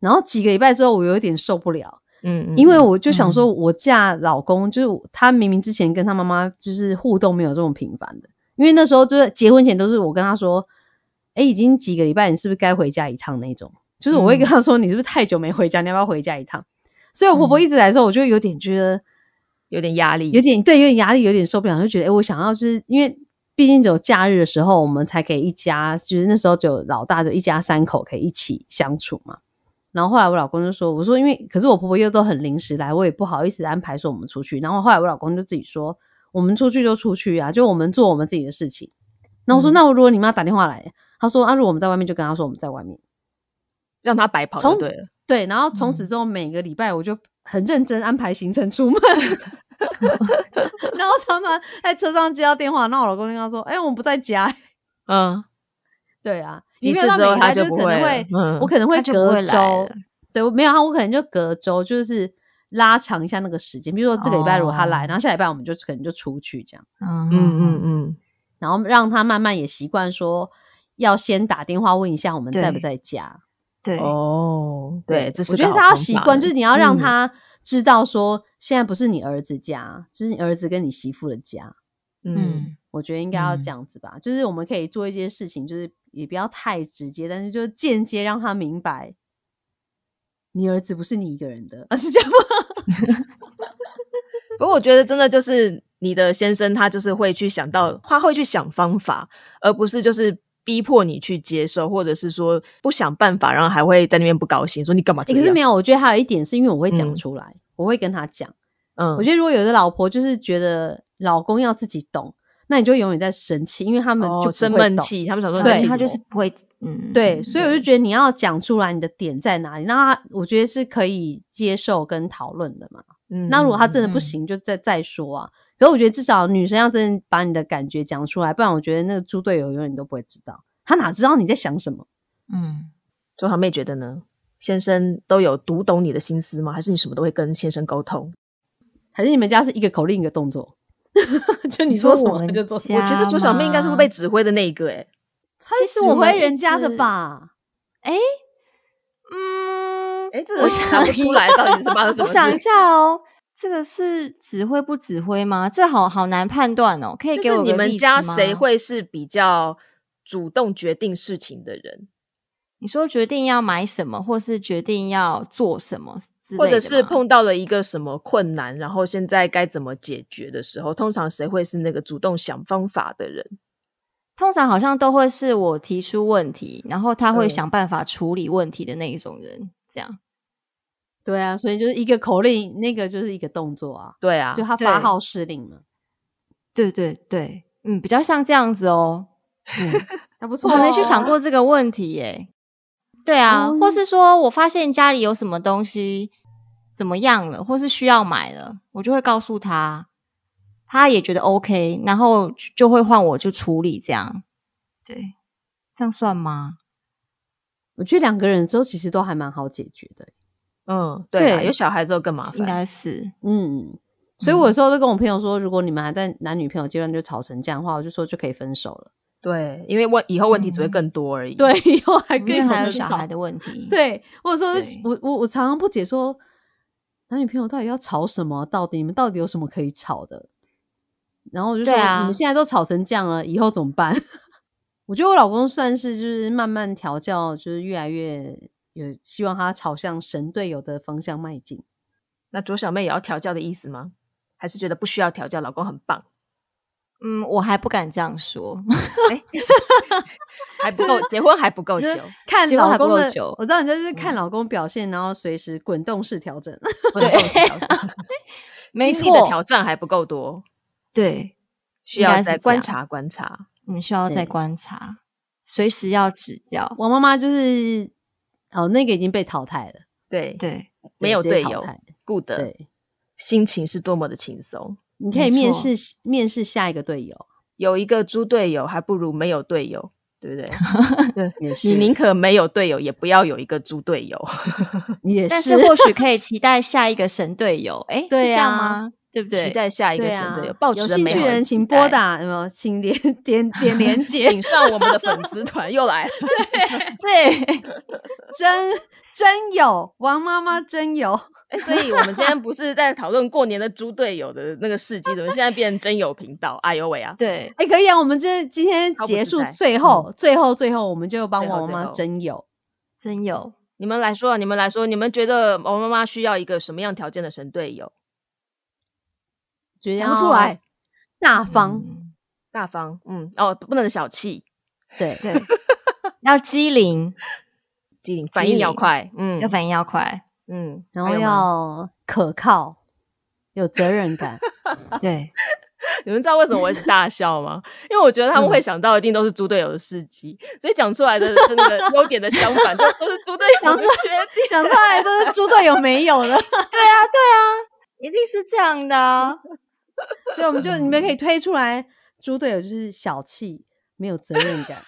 S2: 然后几个礼拜之后，我有一点受不了，
S1: 嗯，
S2: 因为
S1: 嗯
S2: 我就想说，我嫁老公、就是他明明之前跟他妈妈就是互动没有这么频繁的，因为那时候就是结婚前都是我跟他说，哎、已经几个礼拜，你是不是该回家一趟那种？就是我会
S1: 嗯
S2: 跟他说，你是不是太久没回家，你要不要回家一趟？所以我婆
S1: 嗯
S2: 婆一直来的时候，我就有点觉得
S1: 有点压力，
S2: 有点对，有点压力，有点受不了，就觉得哎、诶我想要就是因为毕竟只有假日的时候，我们才可以一家，就是那时候只有老大就一家三口可以一起相处嘛。然后后来我老公就说：“我说因为可是我婆婆又都很临时来，我也不好意思安排说我们出去。”然后后来我老公就自己说：“我们出去就出去啊，就我们做我们自己的事情。”然后我说：“
S1: 嗯
S2: 那如果你妈打电话来，她说啊，如果我们在外面，就跟她说我们在外面。”
S1: 让他白跑就
S2: 从
S1: 对了，
S2: 对，然后从
S3: 嗯
S2: 此之后每个礼拜我就很认真安排行程出门， 然后常常在车上接到电话，那我老公就跟他说：“哎、我们不在家。
S1: 嗯，”
S2: 对啊，
S1: 几
S2: 你没
S1: 次
S2: 有到
S1: 之
S2: 每个
S1: 后
S2: 礼
S1: 他
S2: 拜
S1: 就是不
S2: 可能
S1: 会
S2: 会
S1: 了，，嗯，
S2: 我可能会
S3: 他就不会
S2: 隔
S3: 来
S2: 周
S3: 了，
S2: 对我没有他，我可能就隔周就是拉长一下那个时间，比如说这个礼拜如果他来，
S3: 哦
S2: 然后下礼拜我们就可能就出去这样，
S3: 嗯
S1: 嗯嗯嗯，
S2: 然后让他慢慢也习惯说要先打电话问一下我们在不
S3: 对
S2: 在家。
S3: 对，
S1: 嗯哦，对，这是
S2: 我觉得
S1: 个好
S2: 他要
S1: 方
S2: 习
S1: 法
S2: 惯，
S1: 呢
S2: 就是你要让
S1: 嗯
S2: 他知道说，现在不是你儿子家，就是你儿子跟你媳妇的家。
S1: 嗯
S3: 嗯，
S2: 我觉得应该要
S3: 嗯
S2: 这样子吧，就是我们可以做一些事情，就是也不要太直接，但是就间接让他明白，你儿子不是你一个人的， 而是这样吗？
S1: 不过我觉得真的就是你的先生，他就是会去想到，他会去想方法，而不是就是逼迫你去接受，或者是说不想办法，然后还会在那边不高兴，说你干嘛这
S2: 欸
S1: 样？
S2: 可是没有，我觉得还有一点是因为我会讲
S1: 啊嗯
S2: 出来，我会跟他讲。
S1: 嗯，
S2: 我觉得如果有的老婆就是觉得老公要自己懂，那你就永远在生气，因为他们
S1: 哦
S2: 就不
S1: 生
S2: 会
S1: 闷
S2: 懂
S1: 气，他们想说你
S2: 对
S1: 在气
S3: 他就
S1: 什
S3: 是不会，嗯，
S2: 对，所以我就觉得你要讲出来你的点在哪里，那他我觉得是可以接受跟讨论的嘛。
S1: 么嗯
S2: 那如果他真的
S3: 嗯
S2: 不
S3: 嗯
S2: 行，就再再说啊。可是我觉得至少女生要真的把你的感觉讲出来，不然我觉得那个猪队友永远都不会知道，他哪知道你在想什么？
S3: 嗯，
S1: 周堂妹觉得呢，先生都有读懂你的心思吗？还是你什么都会跟先生沟通？
S2: 还是你们家是一个口令一个动作， 就你
S3: 你
S2: 说
S3: 说
S2: 什
S3: 我
S2: 么
S3: 们
S2: 他就做什么？
S1: 我觉得
S3: 家
S1: 左小妹应该是会
S3: 吗
S1: 被指挥的那一个、欸，
S2: 他是
S3: 其实
S2: 指
S3: 我们
S2: 挥人
S3: 一
S2: 家的
S3: 直
S2: 吧？
S3: 哎，嗯，
S1: 哎，这
S3: 我
S1: 个
S3: 想
S1: 拿不
S3: 一
S1: 出来，到底是 发生什么
S3: 我
S1: 事？
S3: 想一下哦，这个是指挥不指挥吗？这好好难判断哦，可以
S1: 就
S3: 给
S1: 是
S3: 我
S1: 你
S3: 个
S1: 们
S3: 例子
S1: 家
S3: 吗
S1: 谁？会是比较主动决定事情的人？
S3: 你说决定要买什么，或是决定要做什么之类
S1: 或
S3: 的吗，
S1: 者是碰到了一个什么困难，然后现在该怎么解决的时候，通常谁会是那个主动想方法的人？
S3: 通常好像都会是我提出问题，然后他会
S1: 嗯
S3: 想办法处理问题的那一种人，这样。
S2: 对啊，所以就是一个口令，那个就是一个动作啊，
S1: 对啊
S2: 就，他发
S3: 对
S2: 号施令嘛，
S3: 对对对，嗯，比较像这样子哦。
S2: 还不错
S3: 我
S2: 哦。
S3: 还没去想过这个问题耶。对啊，
S2: 哦
S3: 或是说我发现家里有什么东西怎么样了，或是需要买了，我就会告诉他，他也觉得 OK，然后就会换我去处理这样。对，这样算吗？
S2: 我觉得两个人之后其实都还蛮好解决的。欸
S1: 嗯，对啊，
S3: 对
S1: 有小孩之后更麻烦。
S3: 应该是，
S2: 嗯，所以我有时候都跟我朋友说，如果你们还在男女朋友阶段就吵成这样的话，我就说就可以分手了。
S1: 对，因为问以后问题只会
S3: 嗯
S1: 更多而已。，
S2: 对，以后还
S3: 因
S2: 可以
S3: 为还
S2: 分
S3: 有小
S2: 手
S3: 孩的问题。，
S2: 对，我有时候就
S3: 对
S2: 我我我常常不解说，男女朋友到底要吵什么？到底你们到底有什么可以吵的？然后我就说，
S3: 对啊
S2: 你们现在都吵成这样了，以后怎么办？ 我觉得我老公算是就是慢慢调教，就是越来越有希望他朝向神队友的方向迈进。
S1: 那左小妹也要调教的意思吗？还是觉得不需要调教，老公很棒，
S3: 嗯，我还不敢这样说。
S1: 还不够，结婚还不 够久
S2: 就，是看
S3: 结果
S2: 老
S3: 还不
S2: 公
S3: 够
S2: 的，
S3: 久
S2: 我知道你就是
S1: 嗯
S2: 看老公表现，然后随时滚动式调整。
S1: 不能够调教
S3: 没
S1: 经历的
S3: 错，
S1: 挑战还不够多，
S3: 对，
S1: 需要
S3: 应该是这
S1: 再
S3: 样
S1: 观察观察。
S3: 我们需要再
S2: 对
S3: 观察，随时要指教。
S2: 我妈妈就是哦，那个已经被淘汰了，
S1: 对，
S3: 对，
S1: 没有
S2: 直接
S1: 队
S2: 淘
S1: 友
S2: 汰，
S1: 顾的
S2: 对。
S1: 心情是多么的轻松。
S2: 你可以
S3: 没
S2: 面
S3: 错
S2: 试面试下一个队友，
S1: 有一个猪队友，还不如没有队友，对 不对？对
S2: 也
S1: 你
S2: 是
S1: 宁可没有队友，也不要有一个猪队友。
S2: 也
S3: 但是或许可以期待下一个神队友。哎，是
S2: 对
S3: 这样
S2: 啊
S3: 吗？对不对？
S1: 期待下一个
S2: 对
S1: 神
S2: 啊
S1: 队友，抱持
S2: 有
S1: 着
S2: 兴
S1: 美
S2: 趣
S1: 好
S2: 的
S1: 的
S2: 人
S1: 期
S2: 请
S1: 待
S2: 拨，打，有没有？请连点点连接
S1: 请，上我们的粉丝团，又来了。
S3: 对，
S2: 真真有王妈妈真有，
S1: 哎，所以我们今天不是在讨论过年的猪队友的那个事迹，怎么现在变成真友频道？哎呦喂啊！
S3: 对，
S2: 哎、可以啊！我们这今天
S1: 毫不
S2: 结
S1: 自
S2: 束
S1: 在嗯
S2: 最后、最后最后，我们就帮
S1: 最
S2: 王
S1: 后
S2: 妈
S1: 最
S2: 妈
S1: 后
S2: 真有。
S3: 真有。
S1: 你们来说，你们来说，你们觉得王妈妈需要一个什么样条件的神队友？
S2: 觉得
S1: 讲出
S2: 要
S1: 来，
S2: 大方，
S3: 嗯
S1: 大方，嗯，哦，不能小气，
S2: 对，
S3: 对， 要机灵，
S1: 机灵，反应要
S3: 灵
S1: 快，嗯
S3: 要反应要快。
S1: 嗯，
S2: 然
S1: 还
S2: 后
S1: 有吗
S2: 要可靠，有责任感。
S3: 对，
S1: 你们知道为什么我一直大笑吗？因为我觉得他们会
S2: 嗯
S1: 想到一定都是猪队友的事迹，所以讲出来的真 的优点的相反，都都是猪队友
S2: 讲
S1: 的
S2: 出
S1: 缺点。
S2: 讲出来哎都是猪队友没有 的，
S3: 一定是这样的啊、
S2: 所以我们就你们可以推出来，猪队友就是小气，没有责任感。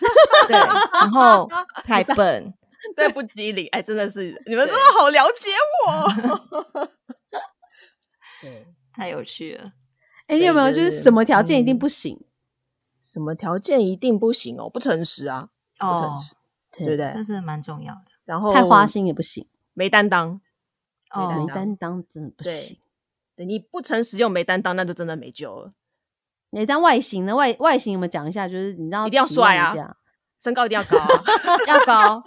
S3: 对，然后太笨，
S1: 对不机灵，哎，真的是你们真的好了解我。
S2: 对。
S3: 太有趣了。
S2: 哎、你
S1: 对
S2: 有没有
S1: 对
S2: 就是
S1: 对
S2: 什么条件一定
S1: 嗯
S2: 不行？
S1: 什么条件一定不行哦？不诚实啊，不诚实，对不
S2: 对，
S3: 哦这
S1: 对？
S3: 真的蛮重要的。
S1: 然后
S2: 太花，心也不行，
S1: 没担当。没担
S2: 没
S3: 哦
S1: 当
S2: 担当真的不
S1: 对
S2: 行。
S1: 对你不诚实又没担当，那就真的没救了。
S2: 你哎但外形呢？外外形我们讲一下，就是你知道
S1: 一定要
S2: 期望
S1: 帅啊
S2: 一 下
S1: 身高一定要高、 啊，
S3: 要高，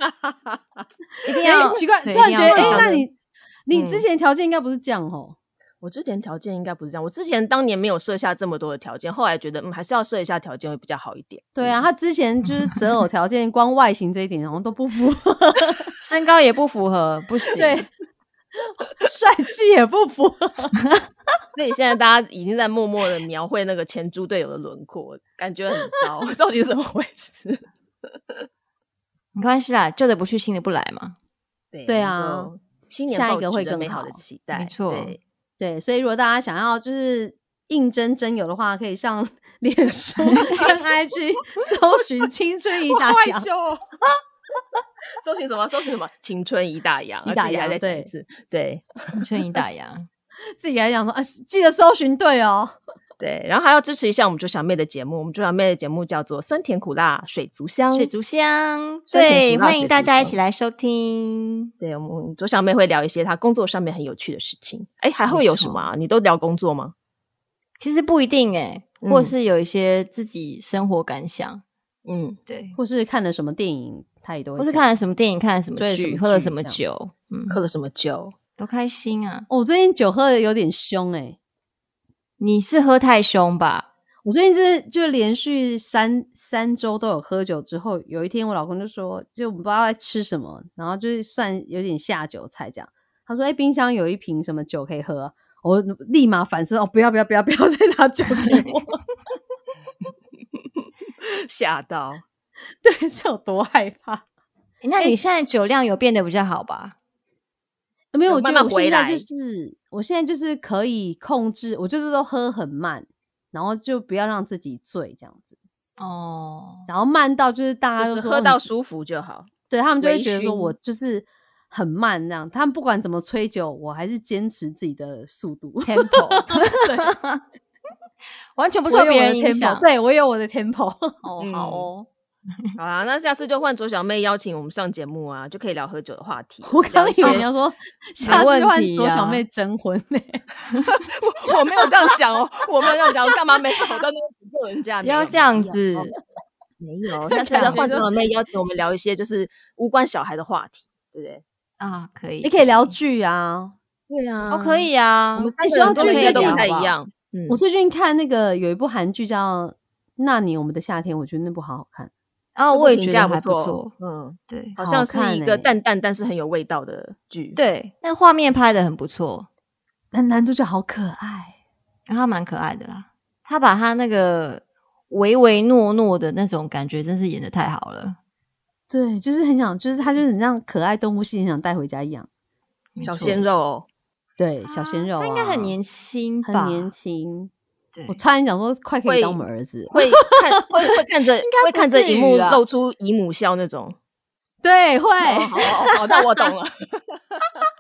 S3: 一定要
S2: 哎奇怪，突
S3: 对
S2: 然
S3: 一
S2: 觉
S3: 定
S2: 得，
S3: 要
S2: 哎、
S1: 高
S2: 那你你
S1: 嗯
S2: 之前条件应该不是这样哦。
S1: 我之前条件应该不是这样，我之前当年没有设下这么多的条件，后来觉得嗯还是要设一下条件会比较好一点。嗯
S2: 对啊，他之前就是择偶条 件，光外形这一点好像都不符合，
S3: 身高也不符合，不行。
S2: 对， 帅气也不符合。
S1: 所以现在大家已经在默默的描绘那个前猪队友的轮廓，感觉很糟， 到底怎么回事？
S3: 没关系啦，旧的不去，新的不来嘛。
S1: 对
S2: 对啊，
S1: 新年
S2: 下一
S1: 抱
S2: 个
S1: 持
S2: 会
S1: 着
S2: 更
S1: 美好
S2: 好
S1: 的期待，
S3: 错
S1: 对
S2: 对，所以如果大家想要就是应征真友的话，可以上 脸书跟 IG 搜寻“青春已
S1: 我
S2: 打
S1: 好害
S2: 烊
S1: 羞、哦。 搜寻什么？搜寻什么？青春已打烊，
S2: 已打
S1: 啊自己还
S2: �”，
S1: 在讲一
S2: 对，
S1: 次。对
S3: 青春已打烊，
S2: 自己还想说啊，记得搜寻对哦。
S1: 对，然后还要支持一下我们朱小妹的节目。我们朱小妹的节目叫做《酸甜苦辣水族箱》，
S3: 水族箱，
S1: 酸甜
S3: 对，
S1: 苦辣
S3: 欢迎
S1: 水
S3: 大
S1: 族
S3: 家一
S1: 箱
S3: 起来收听。
S1: 对，我们左小妹会聊一些她工作上面很有趣的事情。哎，还会有什么啊？你都聊工作吗？
S3: 其实不一定哎、或
S1: 嗯
S3: 是有一些自己生活感想，
S1: 嗯，
S3: 对，
S2: 或是看了什么电影，他也都会
S3: 或是
S2: 讲
S3: 看了什么电影，看了什么
S2: 追了什
S3: 剧，
S2: 么
S3: 喝了
S2: 剧
S3: 什么
S2: 这样
S3: 酒，嗯，
S1: 喝了什么酒？
S3: 多开心啊！
S2: 哦我最近酒喝的有点凶哎、
S3: 你是喝太凶吧？
S2: 我最近这就连续三三周都有喝酒，之后有一天我老公就说，就我们不知道在吃什么，然后就是算有点下酒菜这样。他说：“哎、冰箱有一瓶什么酒可以喝啊、我立马反射哦，不要不要不要不要再拿酒 给我，
S1: 吓到！
S2: 对，是有多害怕？
S3: 诶那你现在酒量有变得比较好吧？
S2: 呃没有，
S1: 有
S2: 我觉
S1: 慢
S2: 得
S1: 慢
S2: 我现
S1: 回
S2: 在就
S1: 来
S2: 是，我现在就是可以控制，我就是都喝很慢，然后就不要让自己醉这样子，
S3: 哦，
S2: 然后慢到就是大家
S1: 就
S2: 都
S1: 是
S2: 说
S1: 喝
S2: 哦
S1: 到
S2: 你
S1: 舒服就好。
S2: 对他们就会
S1: 微
S2: 觉得说
S1: 醺
S2: 我就是很慢那样。他们不管怎么催酒，我还是坚持自己的速度，
S3: tempo，完全不 受
S2: 我有
S3: 别
S2: 我的
S3: 人影
S2: tempo，
S3: 响。
S2: 对我有我的 tempo。
S3: 哦
S1: 嗯
S3: 好哦，
S1: 好啦，那下次就换左小妹邀请我们上节目啊，就可以聊喝酒的话题。
S2: 我刚刚以
S1: 聊
S2: 为
S1: 一
S2: 你
S1: 些
S2: 要说
S1: 没
S2: 下次
S1: 问
S2: 换
S1: 题
S2: 左小
S1: 啊
S2: 妹征婚嘞、
S1: 我没有这样讲哦，我没有这样讲，我干嘛每次跑到那边救人家？
S3: 不要这样子。
S1: 没有，没有，下次
S2: 感
S1: 要
S2: 觉
S1: 换
S2: 就
S1: 左小妹邀请我们聊一些就是无关小孩的话题，对不对？
S3: 啊，可以，
S2: 你可以 聊剧啊。
S1: 对啊
S3: 哦，可。以啊
S1: 我们。三
S2: 哎
S1: 个
S2: 说到
S1: 人都
S2: 这
S1: 每
S2: 个
S1: 天都
S2: 讲
S1: 不太一
S3: 吧
S1: 样。嗯
S2: 我最近看那个有一部韩剧叫《那年我们的夏天》，我觉得那部好好看。
S3: 啊，
S1: 这部
S3: 我也
S1: 评
S3: 觉
S1: 价
S3: 得还
S1: 不错
S3: 错。
S1: 嗯，
S3: 对
S1: 好
S2: 好
S1: 像是
S2: 看
S1: 一个
S2: 欸
S1: 淡淡但是很有味道的剧。，
S3: 对，那画面拍的很不错，
S2: 男男主角好可爱，
S3: 然后他蛮可爱的啦。他把他那个唯唯诺诺的那种感觉，真是演的太好了。
S2: 对，就是很想，就是他就是很像可爱动物系，很想带回家一样。
S3: 没
S1: 小
S3: 错
S1: 鲜肉哦，
S2: 对，小鲜肉、啊
S3: 他应该很年轻吧？
S2: 很年轻。
S3: 对
S2: 我，差点讲说，快可
S1: 会
S2: 以当我们儿子。
S1: 会看会会看着
S3: 该
S1: 会
S3: 不
S1: 看着
S3: 至
S1: 荧
S3: 于
S1: 幕
S3: 啦
S1: 露出姨母笑那种。
S2: 对，会。
S1: 哦好好好，那我懂了。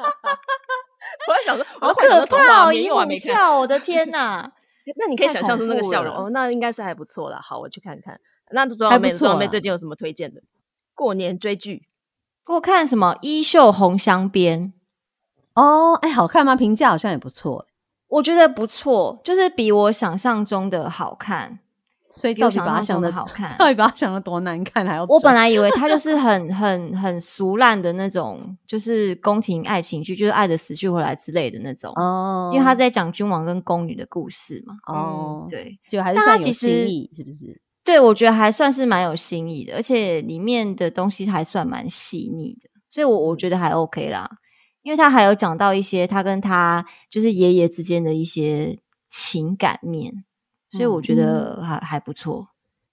S1: 我在想说，我
S3: 好
S1: 在幻想那
S3: 可
S1: 童话
S3: 怕哦！
S1: 没
S3: 一
S1: 有啊，
S3: 母
S1: 没看。
S3: 笑，我 的天哪！
S1: 那你可以
S3: 太
S1: 想象出
S3: 恐
S1: 那个
S3: 怖
S1: 笑容
S3: 了
S1: 哦，那应该是还不错啦。好，我去看看。那左小
S2: 还不
S1: 妹，左小
S2: 错
S1: 妹
S2: 啦
S1: 最近有什么推荐的？过年追剧，
S3: 我看什么《衣袖红镶边》，
S2: 哦，哎，好看吗？评价好像也不错。
S3: 我觉得不错，就是比我想象中的好看，
S2: 所以
S3: 比
S2: 到
S3: 我
S2: 底
S3: 想
S2: 把他想
S3: 象中
S2: 的
S3: 的 好看。
S2: 到底把他想的多难看，还要
S3: 我
S2: 追
S3: 本来以为它就是很很很俗烂的那种，就是宫廷爱情剧，就是爱的死去活来之类的那种。
S2: 哦，
S3: 因为他在讲君王跟宫女的故事嘛。
S2: 哦，，
S1: 嗯
S3: 对
S2: 就还是
S3: 但他
S2: 算有
S3: 其实
S2: 新意，是不是？
S3: 对，我觉得还算是蛮有新意的，而且里面的东西还算蛮细腻的，所以我我觉得还 OK 啦。因为他还有讲到一些他跟他就是爷爷之间的一些情感面，所以我觉得还、还不错。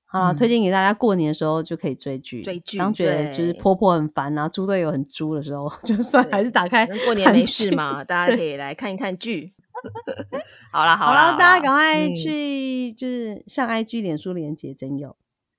S2: 好啦，
S3: 嗯
S2: 推荐给大家，过年的时候就可以追剧。
S1: 追剧
S2: 当觉得就是
S1: 对
S2: 婆婆很烦啊，猪队友很猪的时候， 就算还是打开
S1: 反正过年没
S2: 哎
S1: 事
S2: 韩剧。
S1: 嘛，大家可以来看一看剧。 好啦
S2: 好
S1: 啦，
S2: 了，大家赶
S1: 快
S2: 快
S1: 嗯
S2: 去就是上 IG、脸书连接真有。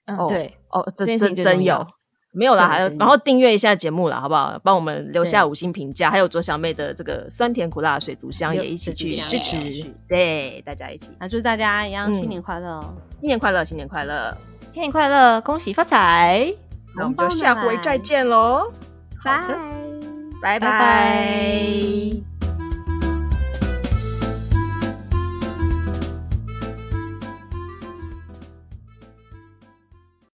S3: 嗯
S1: 哦
S3: 对，
S1: 哦，这
S3: 这件事
S1: 真
S3: 情最
S1: 真
S3: 重要
S1: 有。没有啦，
S2: 对
S1: 还有
S2: 真，有
S1: 然后订阅一下节目啦，好不好？帮我们留下
S2: 对
S1: 五星评价，还有左小妹的这个酸甜苦辣水族箱
S2: 没有
S1: 也一起
S2: 水族
S1: 去
S2: 箱
S1: 支
S2: 也要
S1: 持
S2: 去，
S1: 对，大家一起
S2: 那祝大家一样
S1: 嗯
S2: 新年快乐哦！
S1: 新年快乐，新年快乐！
S3: 新年快乐，恭喜发财！
S1: 那我
S2: 红
S1: 们
S2: 包
S1: 就下
S2: 拿
S1: 回
S2: 来
S1: 再见喽，好的
S2: 拜。
S1: 拜
S3: 拜
S1: 拜
S3: 拜